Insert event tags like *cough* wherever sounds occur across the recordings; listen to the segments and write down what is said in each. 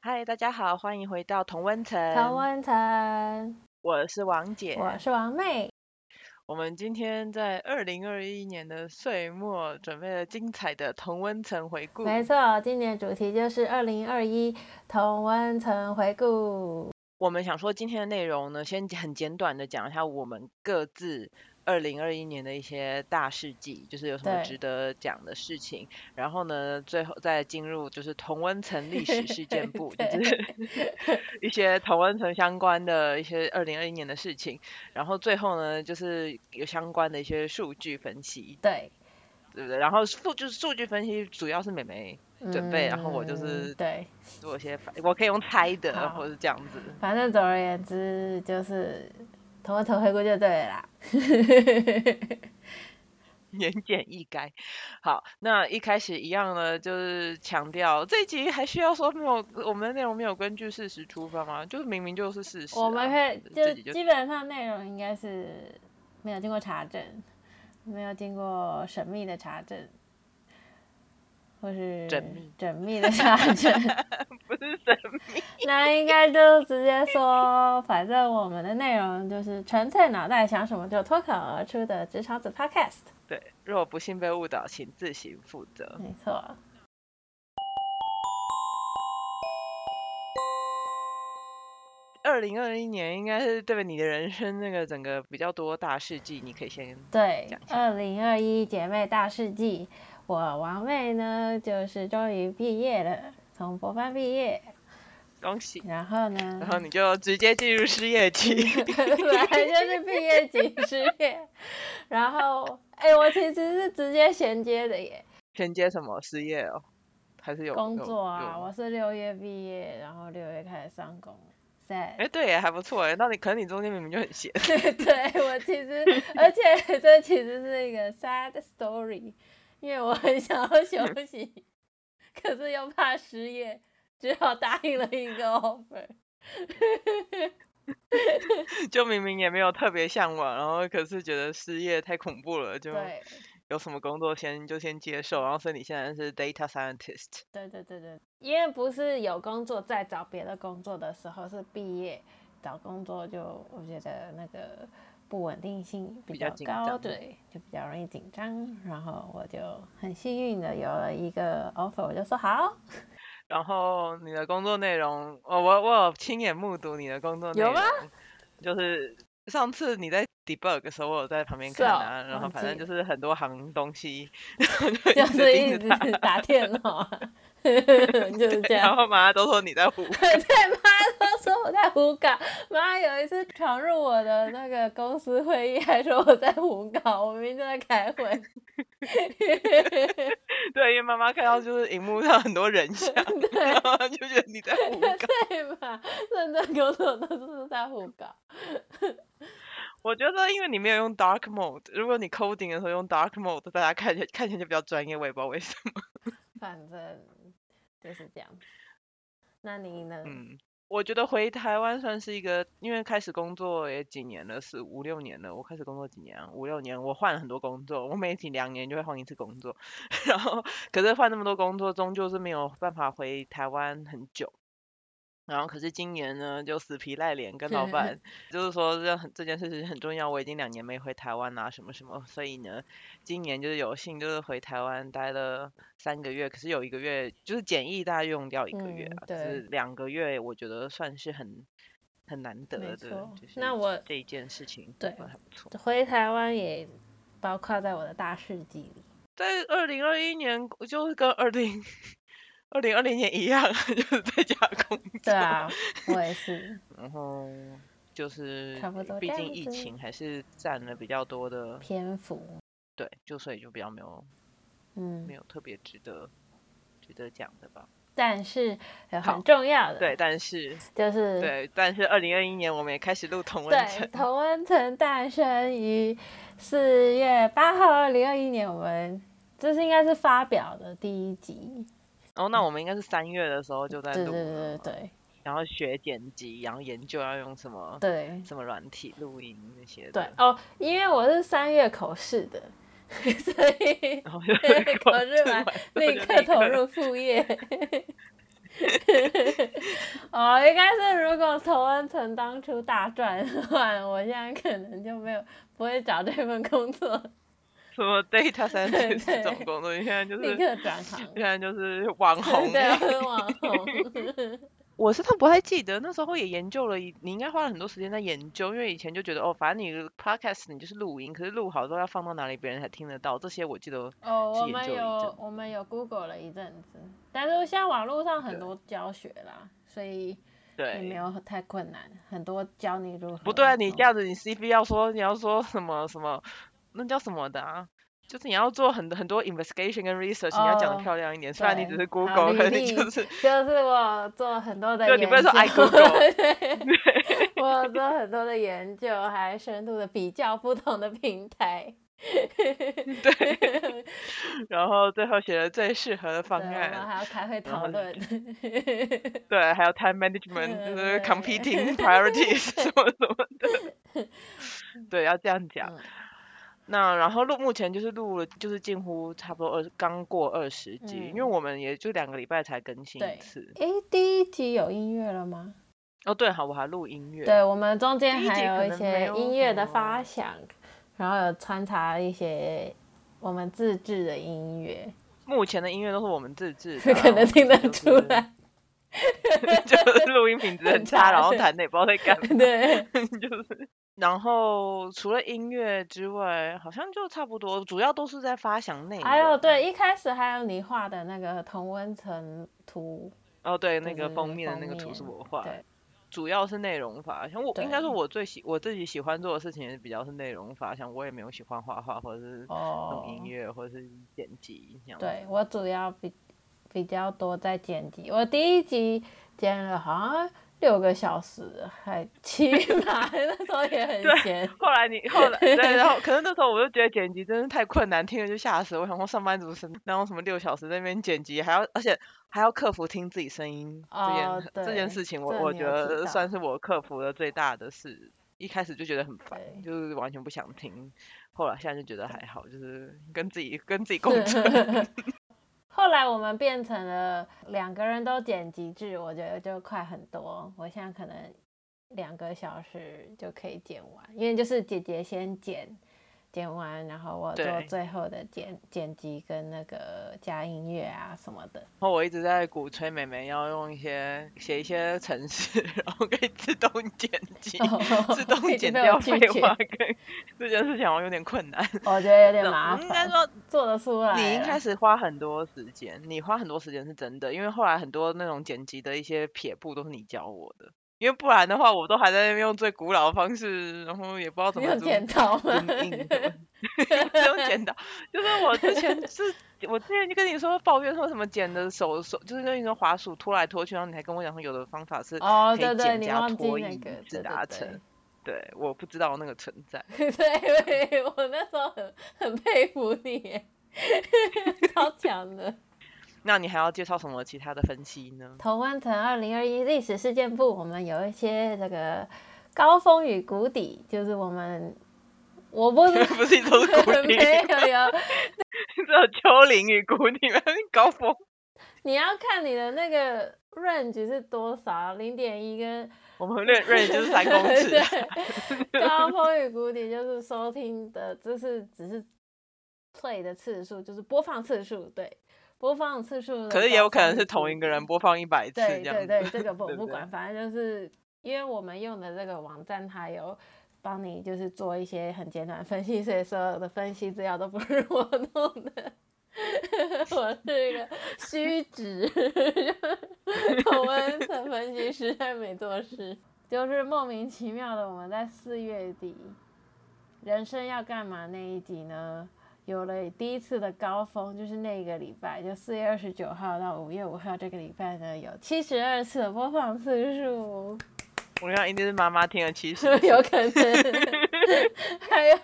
嗨，大家好，欢迎回到同温层。同温层，我是王姐。我是王妹。我们今天在二零二一年的岁末准备了精彩的同温层回顾。没错，今年主题就是二零二一同温层回顾。我们想说今天的内容呢，先很简短的讲一下我们各自二零二一年的一些大事迹，就是有什么对值得讲的事情。然后呢，最后再进入就是同温层历史事 *laughs* 件部，就对是 *laughs* 一些同温层相关的一些二零二一年的事情。然后最后呢，就是有相关的一些数据分析，对，对不对？然后数就是数据分析主要是美眉准备，然后我就嗯是对，做一些反，我可以用猜的，好或者这样子。反正总而言之就是同温层回顾就对了啦。 *laughs* *laughs* 言简意赅。好，那一开始一样呢，就是强调这一集还需要说没有我们的内容没有根据事实出发吗？就是明明就是事实啊、我们可以这就集就基本上内容应该是没有经过查证，没有经过缜密的查证，或是缜密缜密的查证， *laughs* 不是神 *laughs* 那应该就直接说，反正我们的内容就是纯粹脑袋想什么就脱口而出的职场子 Podcast，对。若不幸被误导，请自行负责。没错。二零二一年应该是对你的人生那个整个比较多大事迹，你可以先对讲一，下二零二一姐妹大事记，我王妹呢就是终于毕业了，从博班毕业，恭喜。然 *laughs* 后呢，然后你就直接进入失业 *laughs* 期，本来就是毕业即失业，然后哎、我其实是直接衔接的耶，衔接什么失业哦？还是有工有作啊，有我是六月毕业，然后六月开始上工。在哎、对耶，还不错哎。那你可能你中间明明就很闲， *laughs* 对我其实，而且这其实是一个 sad story，因为我很想要休息， *laughs* 可是又怕失业，只好答应了一个 offer。就明明也没有特别向往，然后可是觉得失业太恐怖了，就对，有什么工作先就先接受，然后所以你现在是 data scientist，对对对对，因为不是有工作再找别的工作的时候，是毕业找工作就我觉得那个不稳定性比比较较紧高，张对，就比较容易紧张。然后我就很幸运的有了一个 offer，我就 *laughs* 说好，然后你的工作内容，哦，我我有亲眼目睹你的工作内有容，吗就是上次你在 debug 的时候，我有在旁边是看哦啊，然后忘反记正就了是很多行东西，然后就就一直盯是一着直它，打电脑啊， *laughs* 就是这对然样。后妈妈都说你在胡 *laughs* 对，妈都说我在胡搞。妈有一次闯入我的那个公司会议，还说我在胡搞，我明明就在开会。 *laughs* 对，因为妈妈看到就是荧幕上很多人 *laughs* 像，然后她就觉得你在胡搞。对吧？认真工作都是在胡搞。我觉得，因为你没有用 dark mode，如果你 coding 的时候用 dark mode，大家看起来看起来就比较专业，我也不知道为什么。反正就是这样子。那你呢？嗯，我觉得回台湾算是一个，因为开始工作也几年了，是五六年了。我开始工作几年啊？五六年，我换了很多工作，我每几两年就会换一次工作。 *laughs* 然后，可是换那么多工作，终究是没有办法回台湾很久。然后，可是今年呢，就死皮赖脸跟老板，就是说这很这件事情很重要，我已经两年没回台湾啦、什么什么，所以呢，今年就是有幸就是回台湾待了三个月，可是有一个月就是简易大概用掉一个月嗯啊，就是两个月，我觉得算是很很难得没的，错就是那我这一件事情对算还不错。回台湾也包括在我的大事记 *laughs* 里。在二零二一年，就是跟二零二零二零年一样，啊 *laughs* 就是在家工作， *laughs* 对啊，我也是。然后就是差不多毕这竟样疫子情还是占了比较多的，篇幅，对，就所以就比较没有嗯没，有特别值得值得讲的吧。但是有好很重要的，对，，但是就是对，但是二零二一年我们也开始录同文对，层，童温层诞生于四月八号，二零二一年。我们这是应该是发表的第一集，然后哦那我们应该是三月的时候就在对录对了对嘛，对然后学剪辑，然后研究要用什么对什么软体录音那些的，对对哦，因为我是三月口试的， *laughs* 所以然后就 *laughs* 口试完完之后就立刻投入副业。 *laughs* 哦，应该是如果仇恩成当初大赚的话，我现在可能就没有不会找这份 *laughs* 工作，什么 data scientist 这种对工作，你现在就立是。刻转行现在就是网 *laughs* 红这样。对，网红。 *laughs* 我是都不太记得，那时候也研究了一，你应该花了很多时间在研究，因为以前就觉得哦，反正你的 podcast 你就是录音，可是录好之后要放到哪里别人才听得到，这些我记得哦，是 *laughs* 我研们究了一有阵我们有 Google 了一阵子，但是现在网络上很多教学啦，所以也没对。有太困难，很多教你如何。不对啊，你这样子，你 CV 要说你要说什么什么，那叫什么的啊？就是你要做很很多 investigation 跟 research，、你要讲哦的漂亮一点。虽然你对只是好 Google，履可是你就历是 *laughs* 就是我做很多的对研你究，不能说 I Google 对我做很多的研究，还深度的比较不同的平 *laughs* 台。对，然后最后写了最适合的方我们案，还要开会然讨后论。对，还有 time management，就是 competing 对 priorities 什么什么的， *laughs* 对，要这样讲。嗯那然后录目前就是录了，就是近乎差不多二刚过二十集，因为嗯我们也就两个礼拜才更新对一次。诶，第一集有音乐了吗？哦，对，好，我还录音乐。对，我们中间第一集还有可一能些没有音乐的什么发想，然后有穿插一些我们自制的音乐， *laughs* 目前的音乐都是我们自制的啊，可能听得出来。我们就是， *laughs* 就是录音品质很很差，差然后 *laughs* 对弹的也不知道在干嘛， *laughs* 对，就是。然后除了音乐之外，好像就差不多，主要都是在发想内容。还有哎对，一开始还有你画的那个同温层图，哦，对，那对个对封对面的那封个图是面我画的对，主要是内容法。像我应该对说我最喜我自己喜欢做的事情也比较是内容法，像我也没有喜欢画画或者是哦弄，音乐或者是剪辑这样。，对我主要比比较多在剪辑，我第一集剪了好像六个小时，还七吧，那时候也很对闲。后来 *laughs* 你后来对，然后可能那时候我就觉得剪辑真是太困难，听了就吓死。我想说上班族是然后什么六小时在那边剪辑，还要而且还要克服听自己声音这件、哦这件对事情我，这我你觉有提得到算是我克服的最大的事。一开始就觉得很烦，对就是完全不想听，后来现在就觉得还好，就是跟自己跟自己 *laughs* 共存。 *laughs* 后来我们变成了两个人都剪辑制，我觉得就快很多。我现在可能两个小时就可以剪完，因为就是姐姐先剪，剪完然后我做对最后的剪剪辑跟那个加音乐啊什么的。然后我一直在鼓吹妹妹要用一些写一些程式，然后可以自动 *laughs* 剪辑、哦自 *laughs* 动已剪经被掉我拒废绝话跟这件事情，好像有点困难。我觉得有点那嗯麻应该烦，说做得出来。你一开始花很多时间，你花很多时间是真的，因为后来很多那种剪辑的一些撇步都是你教我的，因为不然的话我都还在那边用最古老的方式，然后也不知道怎你么有做剪刀吗？影影什么 *laughs* *laughs* 不用剪刀，就是我之前是，我之前就跟你说抱怨说什么剪的手手，就是跟你说滑鼠拖来拖去，然后你还跟我讲说有的方法是哦，可以对对，剪你加忘记脱那衣个，直对达对成对。对，我不知道那个存在。 *laughs* 对，对我那时候很很佩服你 *laughs* 耶，超强的。那你还要介绍什么其他的分析呢？ *laughs* 同温层二零二一历史事件部，我们有一些这个高峰与谷底，就是我们我不 *laughs* 是不是一种鼓励， *laughs* 没有有，只有丘陵与谷底，没有高峰。你要看你的那个 range 是多少，零点一跟我 *laughs* 们认认就是三公尺啊，对， *laughs* 高峰与谷底就是收听的，就是只是 play 的次数，就是播放次数，对，播放次数。可是也有可能是同一个人。播放一百次这对样对子。对，这个不 *laughs* 对不不对管，反正就是因为我们用的这个网站，它有帮你就是做一些很简短的分析，所以所有的分析资料都不是我弄的。 *laughs* 我是一个虚职，同温层分析师，但没做事，就是莫名其妙的，我们在四月底，人生要干嘛那一集呢，有了第一次的高峰，就是那个礼拜，就四月二十九号到五月五号这个礼拜呢，有七十二次的播放次 *laughs* 数，我想一定是妈妈听了七 *laughs* 十有可能，还有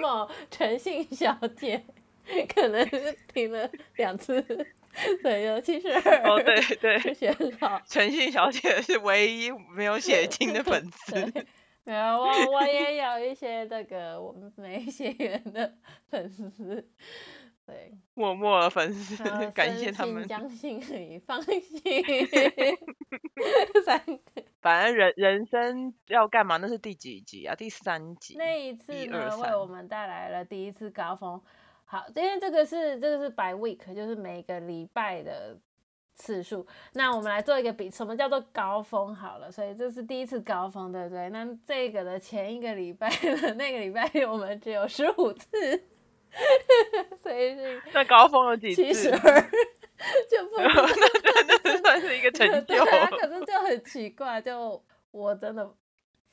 某陈姓小姐， *laughs* 可能是听了两次， *laughs* 对，有七十二，哦，对对，数学很好。陈信小姐是唯一没有血清的粉丝， *laughs* 对，没有我我也有一些那个我们没血缘的粉丝，对，默默的粉丝然后， *laughs* 感啊深谢他信们。呃将信你放心， *laughs* 三 *laughs* 个。反正人人生要干嘛？那是第几集啊？第三集。那一次一二呢，为三我们带来了第一次高峰。好，因为这个是这个是 by week，就是每个礼拜的次数。那我们来做一个比，什么叫做高峰？好了，所以这是第一次高峰，对不对？那这个的前一个礼拜的那个礼拜， *laughs* 我们只有十五次， *laughs* 所以是那高峰有几七次十？二， *laughs* 就 *laughs* 不那 *laughs* 那算是一个成 *laughs* 对就。啊，可是就很奇怪，就我真的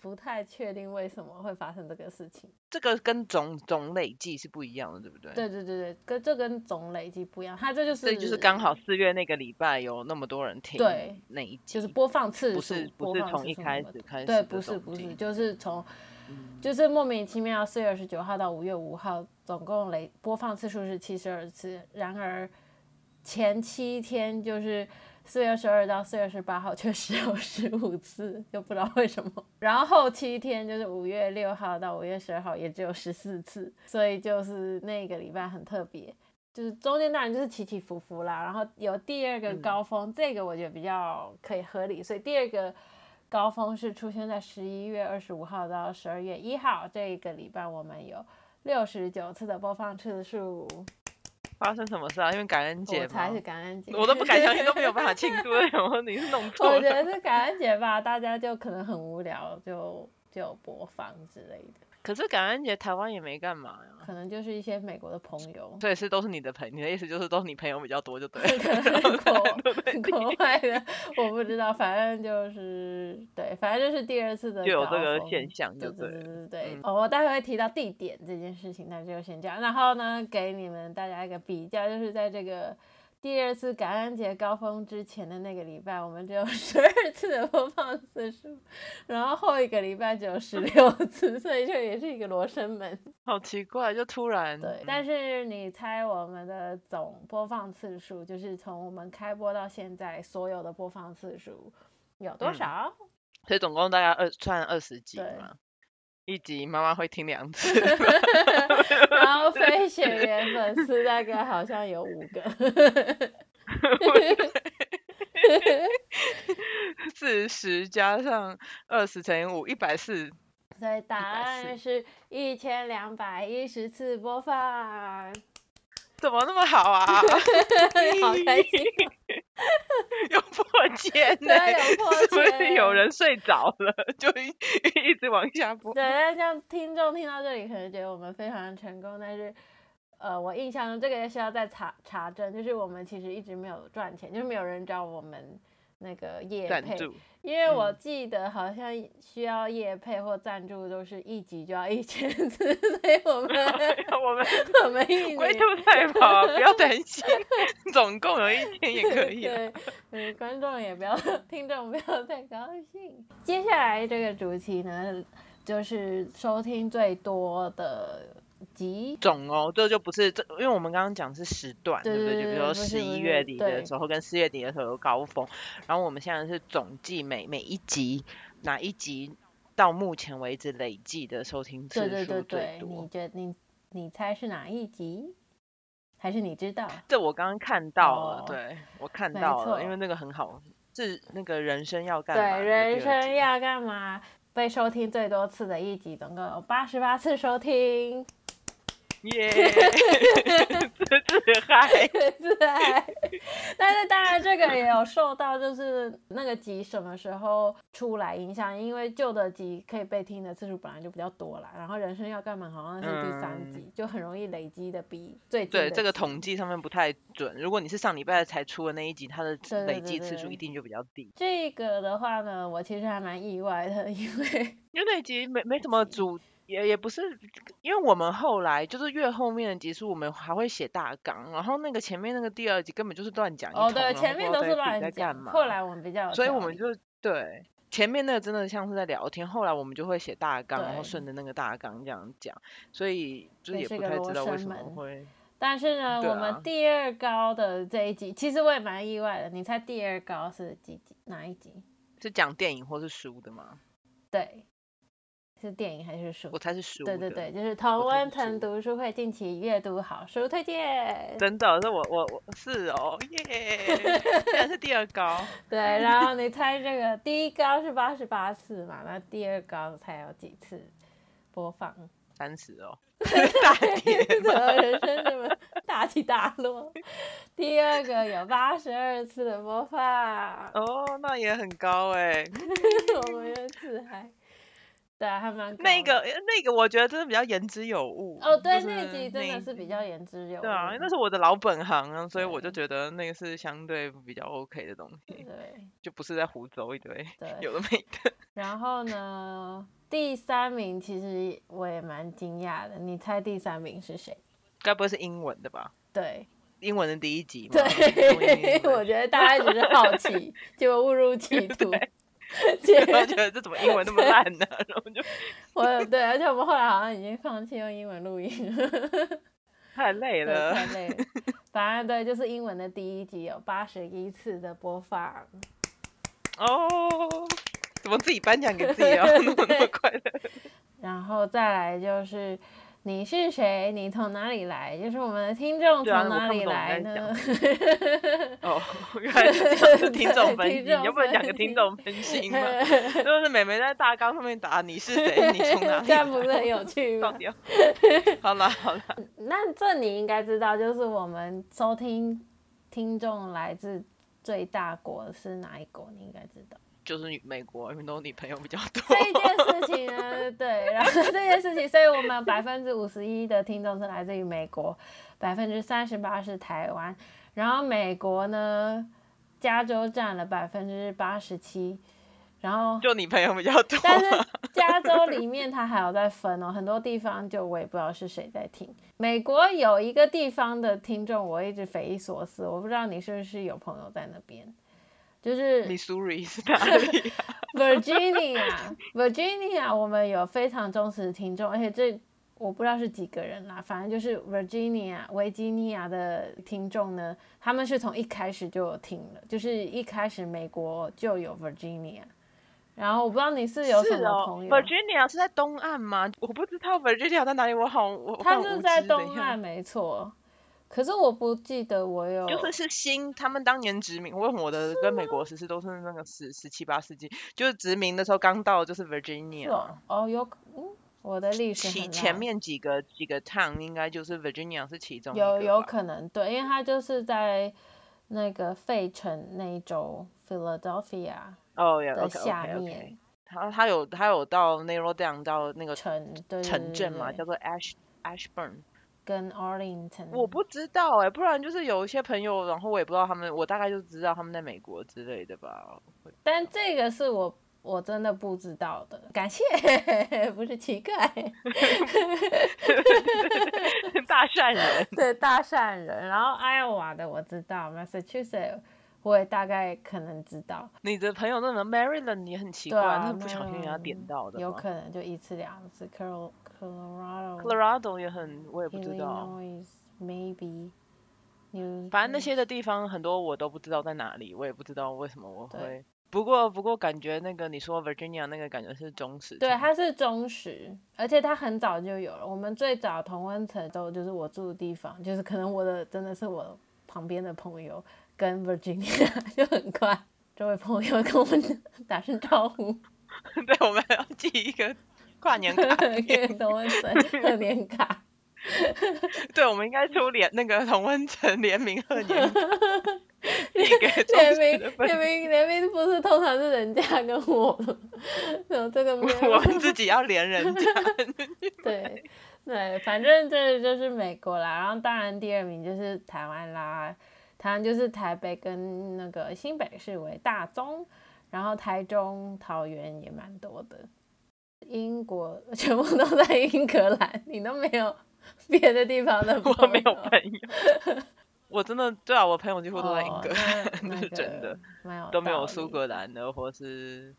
不太确定为什么会发生这个事情。这个跟种种累计是不一样的，对不对？对对对对，跟这跟总累积不一样，它这就是所以就是刚好四月那个礼拜有那么多人听对那一集，就是播放次数，不是不播是放从次一数开那么始多开始对，的不是总不计是，就是从嗯就是莫名其妙四月二十九号到五月五号，总共累播放次数是七十二次，然而前七天就是。四月十二到四月十八号确实有十五次，就不知道为什么。然后后七天就是五月六号到五月十二号，也只有十四次，所以就是那个礼拜很特别。就是中间当然就是起起伏伏啦，然后有第二个嗯高峰，这个我觉得比较可以合理，所以第二个高峰是出现在十一月二十五号到十二月一号这个礼拜，我们有六十九次的播放次数，发生什么事啊？因为感恩节我嘛才，是感恩节，我都不敢相 *laughs* 信，都没有办法庆祝，为什么你是弄错我觉了？得是感恩节吧，大家就可能很无聊，就就播放之类的，可是感恩节台湾也没干嘛呀，可能就是一些美国的朋友，所以是都是你的朋，你的意思就是都是你朋友比较多就对可了。*laughs* 能是国国外的，我不知道，反正就是对，反正就是第二次的就有高这个峰现象对就对对对了对对、嗯哦，我待会会提到地点这件事情，那就先这样。然后呢，给你们大家一个比较，就是在这个第二次感恩节高峰之前的那个礼拜，我们只有 *laughs* 十二次的播放次数，然后后一个礼拜只有十 *laughs* 六次，所以这也是一个罗生门。好奇怪，就突然。对，嗯但是你猜我们的总播放次数，就是从我们开播到现在所有的播放次数有多嗯少？所以总共大概二算二十集对嘛，一集妈妈会听两次， *laughs* *laughs* 然后非血缘粉丝大概好像有五 *laughs* 个，四十加上二十乘以五，一百四。所以答140案是一千两百一十次播 *laughs* 放，哎怎么那么好 *laughs* 啊？好开心哦！有破千呢、对啊有破 *laughs* 是不是有千人睡着了， *laughs* 就一一直往下播？对，那这样听众听到这里可能觉得我们非常成功，但是，呃，我印象中这个也需要再查查证，就是我们其实一直没有赚钱，就是没有人找我们那个业赞配， *laughs* 助因为我嗯记得好像需要业配或赞助都是一集就要一千次， *laughs* 所以我 *laughs* 们我们我们一龟直。兔赛跑，啊不要担心，总共有一天也可以了。 *laughs* 对，嗯，观众也不要， *laughs* 听众不要太高兴。接下来这个主题呢，就是收听最多的集，总哦，这就不是这，因为我们刚刚讲是时段，对不对？就对比对如说不是十不一是月底对的时候跟四月底的时候有高峰，然后我们现在是总计每每一集哪一集到目前为止累计的收听次对对对数对最，你多。觉得你你猜是哪一集？还是你知道？这我刚刚看到了，哦对我看没到了，错因为那个很好，是那个人生要干对，嘛的第二人集？生要干嘛？被收听最多次的一集，总共有八十八次收听，耶， *laughs* 这自嗨，对。 *laughs* 但是当然，这个也有受到就是那个集什么时候出来影响，因为旧的集可以被听的次数本来就比较多啦，然后人生要干嘛好像是第三嗯集，就很容易累积的比最近对的这个集统计上面不太准，如果你是上礼拜才出的那一集，它的对累对计对次数对一定就比较低，这个的话呢，我其实还蛮意外的，因为因为那一集没没什么集主。也也不是，因为我们后来就是越后面的集数，我们还会写大纲，然后那个前面那个第二集根本就是乱讲一哦，通，对，然后前不面知道都是在自己乱在干讲，嘛后来我们比较有条理，所以我们就对前面那个真的像是在聊天，后来我们就会写大纲，然后对顺着那个大纲这样讲，所以就也也是不个太罗知道为生什么门会但是呢，对我们啊第二高的这一集，其实我也蛮意外的。你猜第二高是几集？哪一集？是讲电影或是书的嘛？对，是电影还是书我？才是输对的。对对，就是同我才温是腾书读书会近期阅读好书推荐。真的，是我我我是哦，耶， *laughs* 竟然是第二高，对，然后你猜这个第一高是八十八次嘛？那第二高才有几次播放？ *laughs* 三十哦，大跌这怎吧么人生这么大起大落？第二个有八十二次的播放， *laughs* 哦，那也很高哎、我们又自嗨。对啊，还蛮高那的个呃那个，我觉得真的比较言之有物。哦，对，就那一是集那真的一是集比较言之有物。对啊，那是我的老本行啊，所以我就觉对得那个是相对比较 OK 的东西，对就不是在胡诌一堆对。 *laughs* 有的没的。然后呢，第三名其实我也蛮惊讶的，你猜第三名是谁？该不会是英文的吧？对，英文的第一集嘛。中英对英，我文觉得大家只是好奇，结果误 *laughs* 入歧途。结然后觉得这怎么英文那么烂呢、 *laughs* 然后就我对，而且我们后来好像已经放弃用英文录音了，太累对了。太累了。反正对，就是英文的第一集有八十一次的播放，哦，怎么自己颁奖给自己 *laughs* 要弄得 *laughs* 那么快乐？然后再来就是你是谁，你从哪里来，就是我们的听众对哦从啊哪我看不里懂来你在呢？ *laughs* 哦， *laughs* 原来是这样是听众分听析，众要不然讲个分析听众分析嘛？ *laughs* 就是美眉在大纲上面打你是谁，你从 *laughs* 哪里这来样，不是很有趣 *laughs* 吗放？掉。好啦好啦，那这你应该知道，就是我们收听听众来自最大国是哪一国，你应该知道。就是你美国运动你朋友比较多这，一件事情 *laughs* 呢，对，然后这件事情，所以我们百分之五十一的听众是来自于美国，百分之三十八是台湾，然后美国呢，加州占了百分之八十七，然后就你朋友比较多。啊但是加州里面它还有在分哦，很多地方就我也不知道是谁在听。美国有一个地方的听众，我一直匪夷所思，我不知道你是不是有朋友在那边，就是你 Missouri 是哪里啊？ Virginia，Virginia，我们有非常忠实的听众，而且这我不知道是几个人啦，反正就是 Virginia 维吉尼亚的听众呢，他们是从一开始就有听了，就是一开始美国就有 Virginia，然后我不知道你 *laughs* 是有什是么哦朋友， ，Virginia 是在东岸吗？我不知道 Virginia 在哪里，我好我我他很是无在知等一东下 *laughs* 岸没错，可是我不记得我有，就是是新，他们当年殖民，为什么我的跟美国实施都是那个十十七八世纪，就是殖民的时候刚到就是是 Virginia，哦哦有可，嗯，我的历史其很前烂面几个几个 town 应该就是 Virginia 是其中一有个有吧可能对，因为他就是在那个费城那一州 Philadelphia 哦，有的 OK 下 OK 面 OK，他他有他有到 narrow down 到那个城，对对呃城镇对嘛，对叫做 Ash Ashburn，跟 Arlington，我不知道哎、不然就是有一些朋友，然后我也不知道他们，我大概就知道他们在美国之类的 *laughs* 吧。 *laughs* 但这个是我我真的不知道的，感谢， *laughs* 不是 *laughs* 奇怪，大善人，对大善人，然后 Iowa 的我知道，Massachusetts 我也大概可能知道，你的朋友那种 Maryland 也很奇对怪，啊，那不小心给他点到的有吗可能就一次两次，Colo- Colorado。 Colorado 也很，我也不知道。 Illinois maybe New 反正那 Jersey 些的地方很多我都不知道在哪里，我也不知道为什么我对会。不过不过感觉那个你说 Virginia 那个感觉是忠实，对，，它是忠实，而且它很早就有了。我们最早同温层都就是我住的地方，就是可能我的真的是我旁边的朋友跟 Virginia *laughs* 就很快，这位朋友跟我们 *laughs* 打声招呼， *laughs* 对，我们还要寄一个跨年 *laughs* 卡片，跟同温 *laughs* 层贺年卡。对，我们应该出联那个同温层联名贺 *laughs* 年卡寄给忠联实的名粉丝联名联名不是通常是人家跟我吗，然后这个没 *laughs* 有我们自己要连人 *laughs* 家。对对，反正这就是美国啦。然后当然第二名就是台湾啦，台湾就是台北跟那个新北市为大宗，然后台中、桃园也蛮多的。英国 *laughs* 全部都在英格兰，你都没有别的地方的朋友，我没有朋友， *laughs* 我真的对啊，我朋友几乎都在英格兰， *laughs* 哦那这那是真的个蛮有都没有道苏理啊格兰的，或是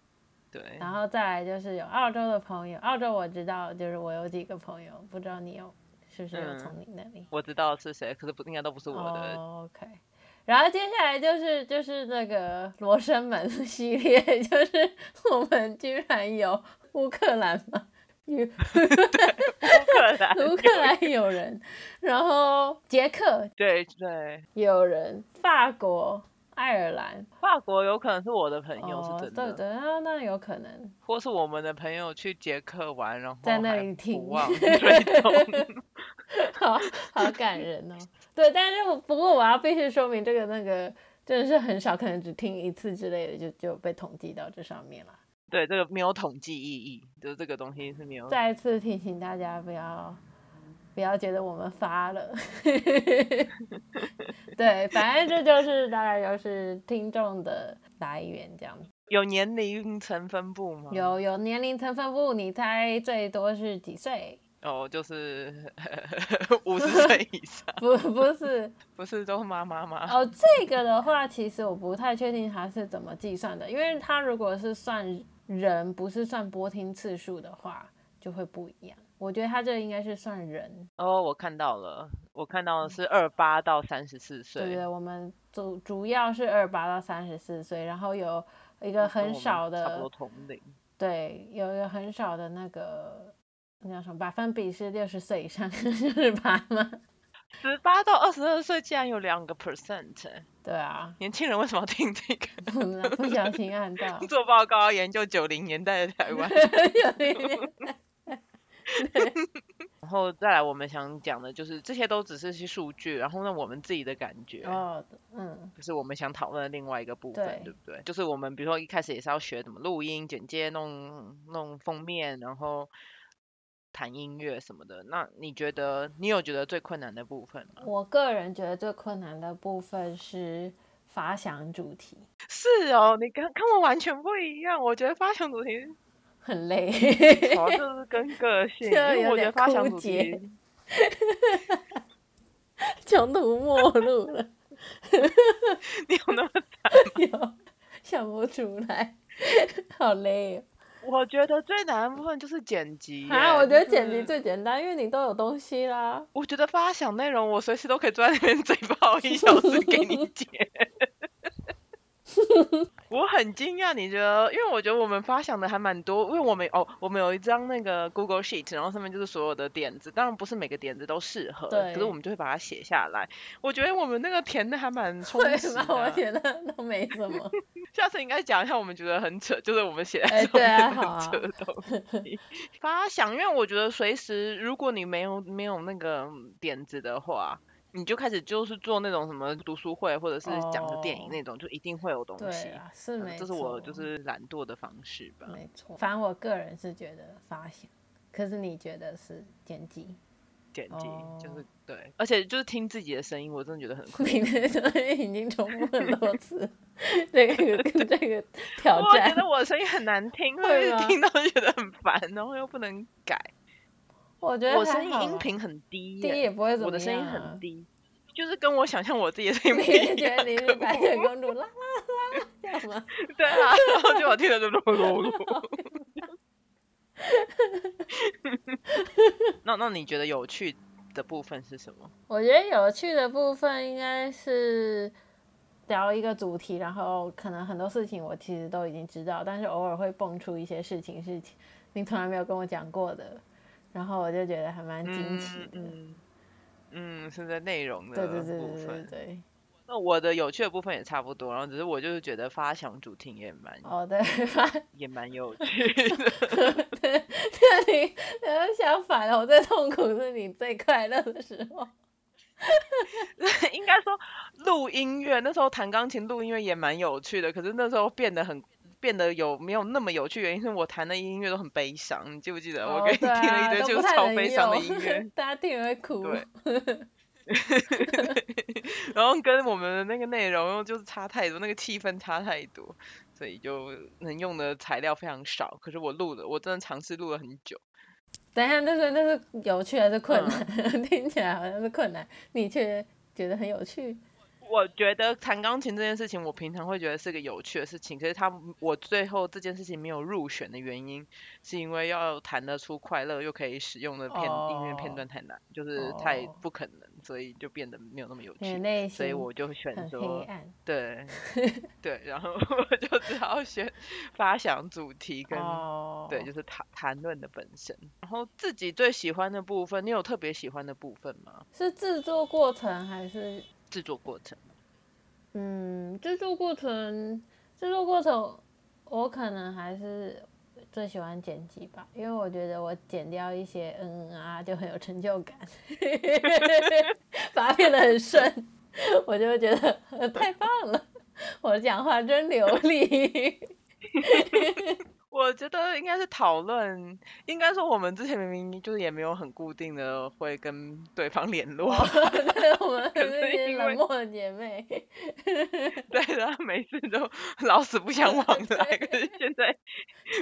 对，然后再来就是有澳洲的朋友，澳洲我知道，就是我有几个朋友，不知道你有是不是有嗯从你那里？我知道是谁，可是不应该都不是我的。哦、OK，然后接下来就是就是那个罗 *laughs* *laughs* 生门系列，就是我们居然有乌克兰嘛，有乌克兰乌克兰有人，然后捷克对对，也有人，法国、爱尔兰，法国有可能是我的朋友哦是真的，对对，那那有可能。或是我们的朋友去捷克玩，然后在那还里听不忘追踪。 *laughs* 好好感人哦。对，但是我不过我要必须说明，这个那个真的是很少，可能只听一次之类的，就就被统计到这上面了。对，这个没有统计意义，就是这个东西是没有。再次提醒大家，不要不要觉得我们发了。 *laughs* 对，反正这就是大概就是听众的来源这样子。有年龄层分布吗？有有年龄层分布，你猜最多是几岁？哦，就是 *laughs* 五十岁以上，不不是不是都是妈妈吗？哦，这个的话，其实我不太确定它是怎么计算的，因为它如果是算人，不是算播听次数的话，就会不一样。我觉得它这个应该是算人，哦，我看到了，我看到的是二八到三十四嗯对不岁对？，我们主主要是二八到三十四岁，然后有一个跟我很们差不少的多，同龄。对，有一个很少的那个那叫什么百分比是六十岁以上，就是八吗？十八到二十二岁竟然有两个 percent，欸对啊，年轻人为什么要听这个？，不知道不小心按到，*laughs* 做报告要研究九零年代的台湾 *laughs* 有点点然后再来我们想讲的就是这些都只是些数据，然后呢我们自己的感觉。哦，嗯。就是我们想讨论的另外一个部分，对对不对？就是我们比如说一开始也是要学怎么录音、剪接、弄弄封面，然后弹音乐什么的。那你觉得你有觉得最困难的部分吗？我个人觉得最困难的部分是发想主题，是哦，你跟跟我完全不一样。我觉得发想主题很累。 *laughs* 好像哦就是跟个性，因这为有我觉点得发想枯主竭题穷途末路了， *laughs* 你有那么有想不出来，好累哦、我觉得最难的部分就是剪辑耶。啊，我觉就得剪辑是最简单，因为你都有东西啦。我觉得发想内容，我随时都可以坐在那边嘴炮 *laughs* 一小时给你剪。 *laughs* 我很惊讶，你觉得？因为我觉得我们发想的还蛮多，因为我们哦，我们有一张那个 Google Sheet，然后上面就是所有的点子，当然不是每个点子都适合，可是对我们就会把它写下来。我觉得我们那个填的还蛮充对实吧？的我啊。觉得都没什 *laughs* 么。下次应该讲一下我们觉得很扯，就是我们写在哎上对啊面很好啊扯的东西发想，因为我觉得随时如果你没有没有那个点子的话，你就开始就是做那种什么读书会或者是讲个电影哦那种，就一定会有东西对。啊，是嗯没这错。是我就是懒惰的方式吧。没错。反正我个人是觉得发想，可是你觉得是剪辑？剪辑、就是哦对，而且就是听自己的声音，我真的觉得很困你们都已经重复很多次 *laughs* 这个跟这个 *laughs* 挑我觉战啊得。我的声音很难 *laughs* 听，会我一直吗听到就觉得很烦，然后又不能改。我觉得我啊还声音好音啦频很低低耶也不会怎么样、啊。我的声音很。低，就是跟我想象我自己的声音 *laughs* 你不是一觉得样。你是白雪公主啦啦啦这样吗？对啊，然后就我听着就噜噜噜。 *laughs* 那那你觉得有趣的部分是什么？我觉得有趣的部分应该是聊一个主题，然后可能很多事情我其实都已经知道，但是偶尔会蹦出一些事情是你从来没有跟我讲过的，然后我就觉得还蛮惊奇的。嗯嗯，是在内容的对对对部对对分。对。那我的有趣的部分也差不多，然后只是我就是觉得发想主题也蛮哦，对，发也蛮有趣的。 *laughs* 对你，然后相反了，我最痛苦是你最快乐的时候。 *laughs* 应该说录音乐，那时候弹钢琴录音乐也蛮有趣的，可是那时候变得很变得有没有那么有趣，原因是我弹的音乐都很悲伤，你记不记得？呃我哦给你听对了一啊堆都就不是太超能悲伤的用音 *laughs* 乐，大家听了会哭。对然后跟我们的那个内容就是差太多，那个气氛差太多，所以就能用的材料非常少。可是我录了，我真的尝试录了很久。等一下，那是那是有趣还是困嗯 *laughs* 难？听起来好像是困难，你却觉得很有趣。我觉得弹钢琴这件事情，我平常会觉得是个有趣的事情，可是他我最后这件事情没有入选的原因，是因为要弹得出快乐又可以使用的片、音乐片段太难，就是太哦不可能，所以就变得没有那么有你的趣。内所以心我就选哦很黑啊说，暗。对 *laughs* 对，然后我就只好选发想主题跟哦，对，就是谈谈论的本身。然后自己最喜欢的部分，你有特别喜欢的部分吗？是制作过程还是制作过程，嗯，制作过程，制作过程，我可能还是最喜欢剪辑吧，因为我觉得我剪掉一些嗯嗯啊就很有成就感， *laughs* 把它变得很顺，我就会觉得 *laughs* 呃太棒了，我讲话真流利。 *laughs* 我觉得应该是讨论，应该说我们之前明明就是也没有很固定的会跟对方联络，哦对，*laughs* 我们是一些因为冷漠的姐妹， *laughs* 对，然后每次都 *laughs* 老死不相往来，可是现在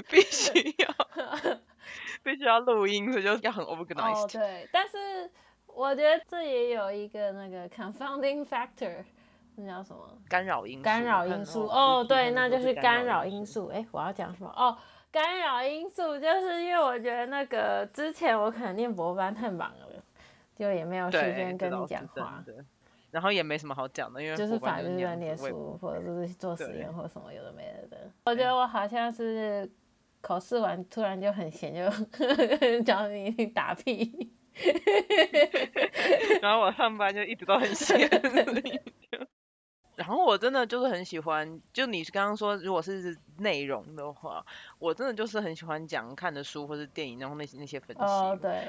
必须要 *laughs* 必须要录音，所以就要很 organized。哦，对，但是我觉得这也有一个那个 confounding factor，那叫什么？干扰因素，干扰我看因素很多哦，题对，目那都就是干扰因因。素。哎，我要讲什么？哦，干扰因素就是因为我觉得那个之前我可能念博班太忙了，就也没有时对，间这跟倒你是讲真话，的。然后也没什么好讲的，因为就是伙伴反就正那就在样子念我也书或者是做实对验或什么有的没的的。我觉得我好像是考试完突然就很闲，就 *laughs* 找你打屁。 *laughs* 然后我上班就一直都很闲。 *laughs* 然后我真的就是很喜欢，就你刚刚说，如果是内容的话，我真的就是很喜欢讲看的书或是电影，然后那些那些分析。哦，对，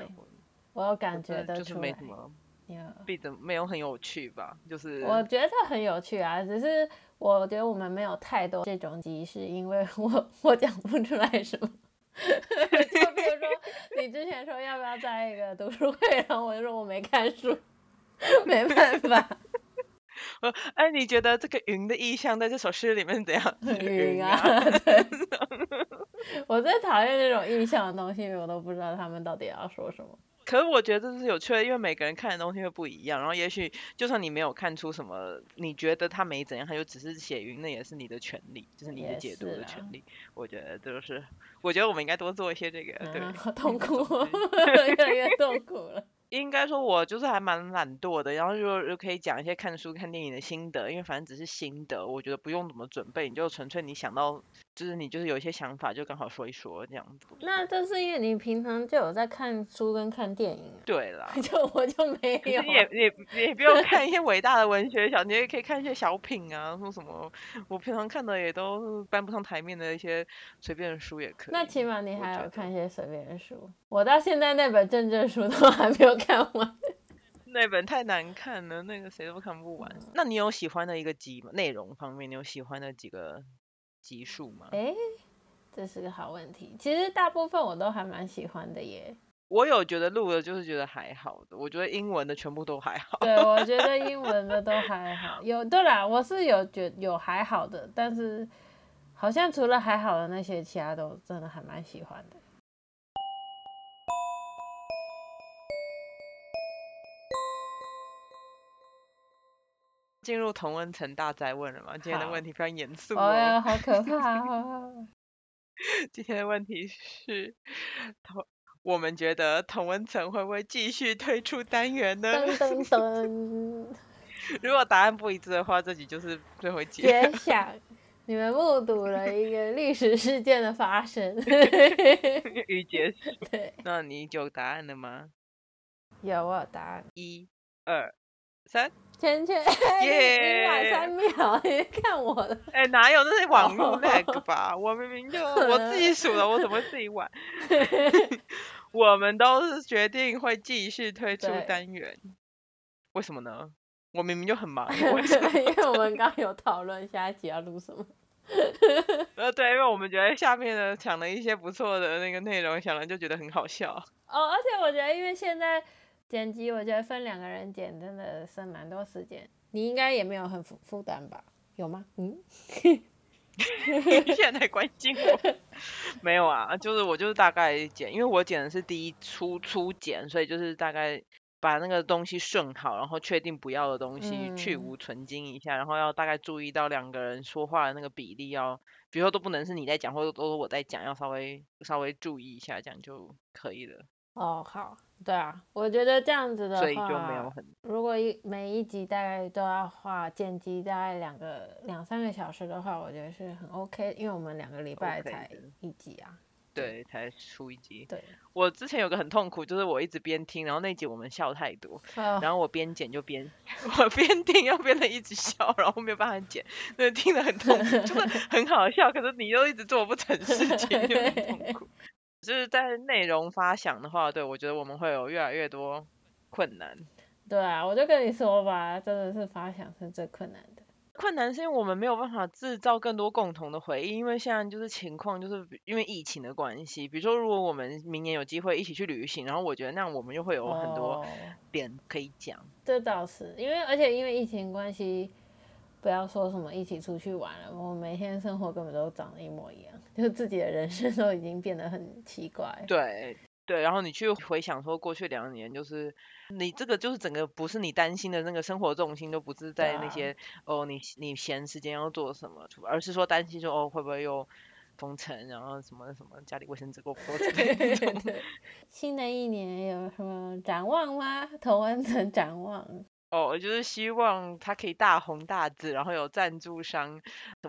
我有感觉真的得就是出没来什。么，你有必的没有很有趣吧，就是我觉得很有趣啊，只是我觉得我们没有太多这种集，是因为我 *laughs* 我讲不出来什么。 *laughs* 就比如说，你之前说要不要在一个读书会，然后我就说我没看书， *laughs* 没办法， *laughs* 呃哎，你觉得这个云的意象在这首诗里面怎 *laughs* 样？是晕啊！啊，对， *laughs* 我最讨厌这种印象的东西，因为我都不知道他们到底要说什么。可是我觉得这是有趣的，因为每个人看的东西会不一样。然后也许就算你没有看出什么，你觉得他没怎样，他就只是写云，那也是你的权利，就是你的也解读是的啦权利。我觉得就是，我觉得我们应该多做一些这个。 *laughs* 对啊，，好痛运苦动哦之类， *laughs* 越来越痛苦了。应该说，我就是还蛮懒惰的，然后就就可以讲一些看书、看电影的心得，因为反正只是心得，我觉得不用怎么准备，你就纯粹你想到，就是你就是有一些想法，就刚好说一说这样子。那这是因为你平常就有在看书跟看电影啊。对啦， *laughs* 就我就没可有啊是也也也不用看一些伟大的文学小，你也可以看一些小品啊，说什么我平常看的也都搬不上台面的一些随便的书也可以。那起码你我还觉有得看一些随便的书，我到现在那本政治书 *laughs* 都还没有看完。那本太难看了，那个谁都看不完。嗯那你有喜欢的一个集吗？内容方面，你有喜欢的几个集数吗？诶，这是个好问题。其实大部分我都还蛮喜欢的耶。我有觉得录的，就是觉得还好的。我觉得英文的全部都还好。对，我觉得英文的都还好。有对啦，我是有觉有还好的，但是好像除了还好的那些，其他都真的还蛮喜欢的。 *laughs* 进入同温层大灾问了嘛？今天的问题非常严肃哎哦。呀，好可怕、哦！今天的问题是，同我们觉得同温层会不会继续推出单元呢？ *laughs* 噔噔噔。如果答案不一致的话，这集就是最后一集。绝响，你们目睹了一个历史事件的发生。 *laughs* 与结束。对，那你有答案了吗？有我有答案，一、二、 *laughs* 三。圈圈，耶哎你晚三秒，你看我的，哎、哪有？那是网络哦 lag 吧？我明明 *laughs* 就我自己数的，我怎么会自己玩？我们都是决定会继续推出对单元，为什么呢？我明明就很 *laughs* 忙，为什么？因为 *laughs* 我们刚有讨论下一集要录什么。呃，对，因为我们觉得下面呢想了一些不错的那个内容，想了就觉得很好 *laughs* 笑。 *laughs* *laughs* 哦，而且我觉得，因为现在剪辑，我觉得分两个人剪真的省蛮多时间。你应该也没有很负负担吧？有吗？嗯，你现在关心我？ *laughs* 没有啊，就是我就是大概剪，因为我剪的是第一初初剪，所以就是大概把那个东西顺好，然后确定不要的东西去嗯无存精一下，然后要大概注意到两个人说话的那个比例要，比如说都不能是你在讲，或者都是我在讲，要稍微稍微注意一下，这样就可以了。哦，好，对啊，我觉得这样子的话，所以就没有很如果一每一集大概都要花剪辑大概两个两三个小时的话，我觉得是很 OK，因为我们两个礼拜 OK 才的一集啊。对，才出一集。对，我之前有个很痛苦，就是我一直边听，然后那集我们笑太多，哦，然后我边剪就边我边听又边的一直笑，然后没有办法剪，那听得很痛苦， *laughs* 就是很好笑，可是你又一直做不成事情，就很痛 *laughs* 苦。就是在内容发想的话，对我觉得我们会有越来越多困难。对啊，我就跟你说吧，真的是发想是最困难的。困难是因为我们没有办法制造更多共同的回忆，因为现在就是情况，就是比因为疫情的关系。比如说，如果我们明年有机会一起去旅行，然后我觉得那样我们就会有很多哦点可以讲。这倒是因为，而且因为疫情关系，不要说什么一起出去玩了，我每天生活根本都长得一模一样，就自己的人生都已经变得很奇怪。对 *laughs* 对，然后你去回想说过去两年，就是你这个就是整个不是你担心的那个生活重心都不是在啊那些、哦，你你闲时间要做什么，而是说担心说哦会不会又封城，然后什么什么家里卫生纸够不够之类的那 *laughs* 种。对，新的一年有什么展望吗？同温层展望，哦，就是希望它可以大红大紫，然后有赞助商。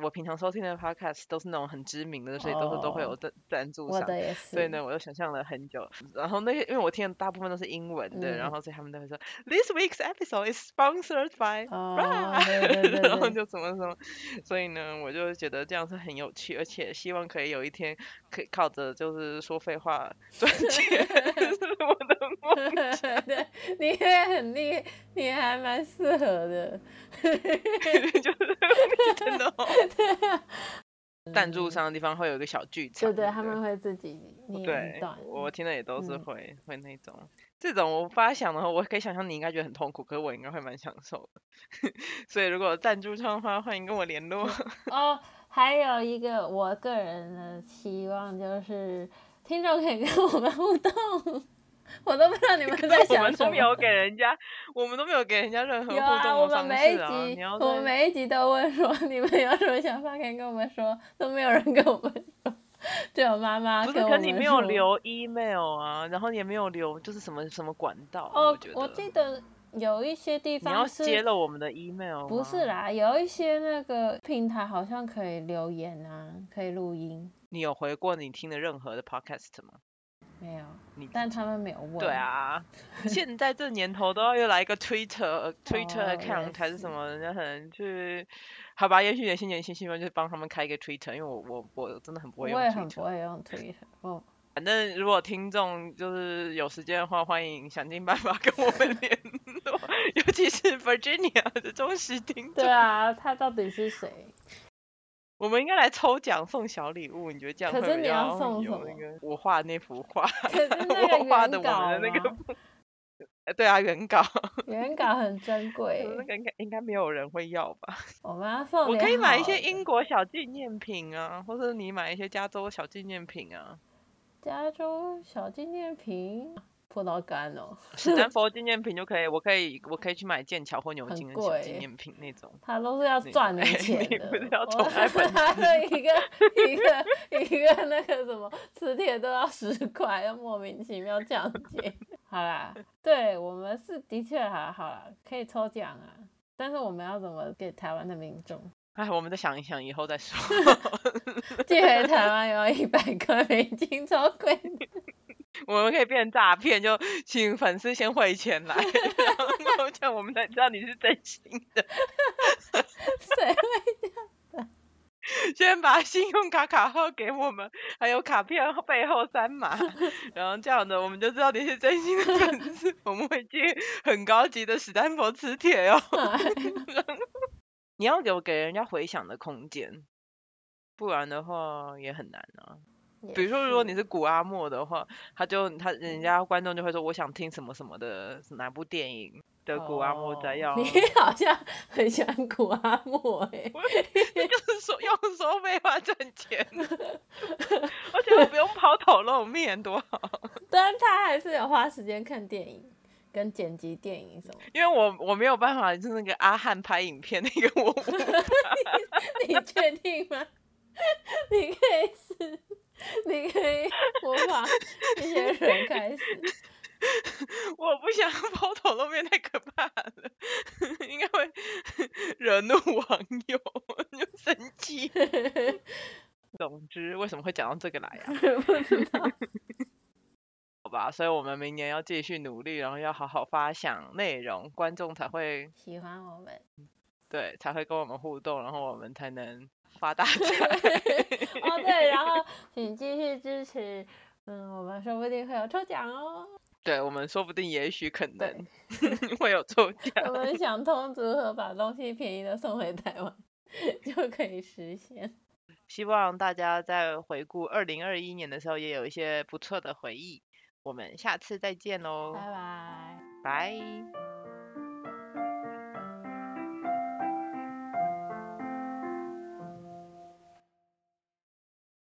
我平常收听的 podcast 都是那种很知名的，所以都是都会有哦赞赞助我商。的也是。所以呢，我就想象了很久。然后那些，因为我听的大部分都是英文的，嗯然后所以他们都会说，This week's episode is sponsored by，、哦，对 *laughs* 对对 *laughs* 然后对，就什么什么。所以呢，我就觉得这样是很有趣，而且希望可以有一天可以靠着就是说废 *laughs* 话赚钱，这是我的梦。对， *laughs* 你也很厉，你还蛮适合的。就是 *laughs* 真的、哦， *laughs* 赞助商的地方会有一个小剧场，嗯对对，不他们会自己念一对段。，我听的也都是嗯会、会那种。这种我发想的话，我可以想象你应该觉得很痛苦，可是我应该会蛮享受的。 *laughs* 所以如果有赞助商的话，欢迎跟我联络。哦，还有一个我个人的期望就是，听众可以跟我们互动， *laughs* 我都不知道你们在我想们什都么。没有给人家，我们都没有给人家任何互有啊，动的我们方每一式啊！你集，要我们在每一集都问说 *laughs* 你们有什么想法可以跟我们说，都没有人跟我们说，只有妈妈不是，跟我可们说。你没有留 email 啊，然后也没有留就是什么什么管道啊。哦我觉，我得记得有一些地你要方是揭露我们的 email，不是吗啦？有一些那个平台好像可以留言啊，可以录音，你有回过你听的任何的 podcast 吗？没有，你自但他们没有问。对， *laughs* 啊，现在这年头都要又来一个 Twitter 呃 Twitter 哦也 account 还是是什么，人家可能去，好吧，也许你的新年新希望就是帮他们开一个 Twitter，因为我我我真的很不我会用也很不 Twitter。会用 Twitter，我 *laughs* 反正如果听众就是有时间的话，欢迎想尽办法跟我们联络，尤其是 Virginia *laughs* 的忠实听对众，啊，他到底是谁？ *laughs* 我们应该来抽奖送小礼物，你觉得这样可会是比你要较送有什那么个我画那幅画， *laughs* 可是那个我画的原我们的那稿个吗对啊原稿，原稿很珍贵， *laughs* 那个应该应该没有人会要吧？我们要送嗯我点可以买一好些的英国小纪念品啊，或者你买一些加州小纪念品啊，加州小纪念品，葡萄干哦，史 *laughs* 丹佛纪念品就可以，我可以我可以去买剑桥或牛很津的小纪贵念品那种。他都是 *laughs* 要你赚你哎钱你的。不是要我宠爱本他的 *laughs* 一个一个一个那个什么磁铁都要十块，要莫名其妙降解。好啦，对我们是的确还好啦，可以抽奖啊，但是我们要怎么给台湾的民众？哎，我们再想一想，以后再说。 *laughs* 寄回台湾有一百块美金，超贵的。我们可以变诈骗，就请粉丝先汇钱来，然后这样我们才知道你是真心的。 *laughs* 谁会先把信用卡卡号给我们，还有卡片后背后三 *laughs* 码，然后这样的我们就知道你是真心的粉丝，我们会寄很高级的史丹佛磁铁哦。 *laughs* 买？你要有给人家回想的空间，不然的话也很难啊。比如说，如果你是古阿莫的话，他就他嗯人家观众就会说，我想听什么什么的哪部电影的古阿莫摘要，哦你好像很喜欢古阿莫哎、那就是说用收费话赚钱，而且我不用抛头露面，多好。但他还是有花时间看电影，跟剪辑电影什么，因为我我没有办法，就是那个阿汉拍影片那个我无你确定吗？ *laughs* 你可以试，你可以模仿这些人开始。我不想抛头露面，太可怕了，应该会惹怒网友，就生气。总之，为什么会讲到这个来啊？ *laughs* 不知道，好吧，所以我们明年要继续努力，然后要好好发想内容，观众才会喜欢我们对才会跟我们互动，然后我们才能发大财。 *laughs* *laughs* 哦，对，然后请继续支持，嗯，我们说不定会有抽奖哦。对我们说不定、也许、可对能 *laughs* 会有抽奖。我们想通如何把东西便宜的送回台湾， *laughs* 就可以实现。希望大家在回顾二零二一年的时候，也有一些不错的回忆。我们下次再见喽拜，拜。拜。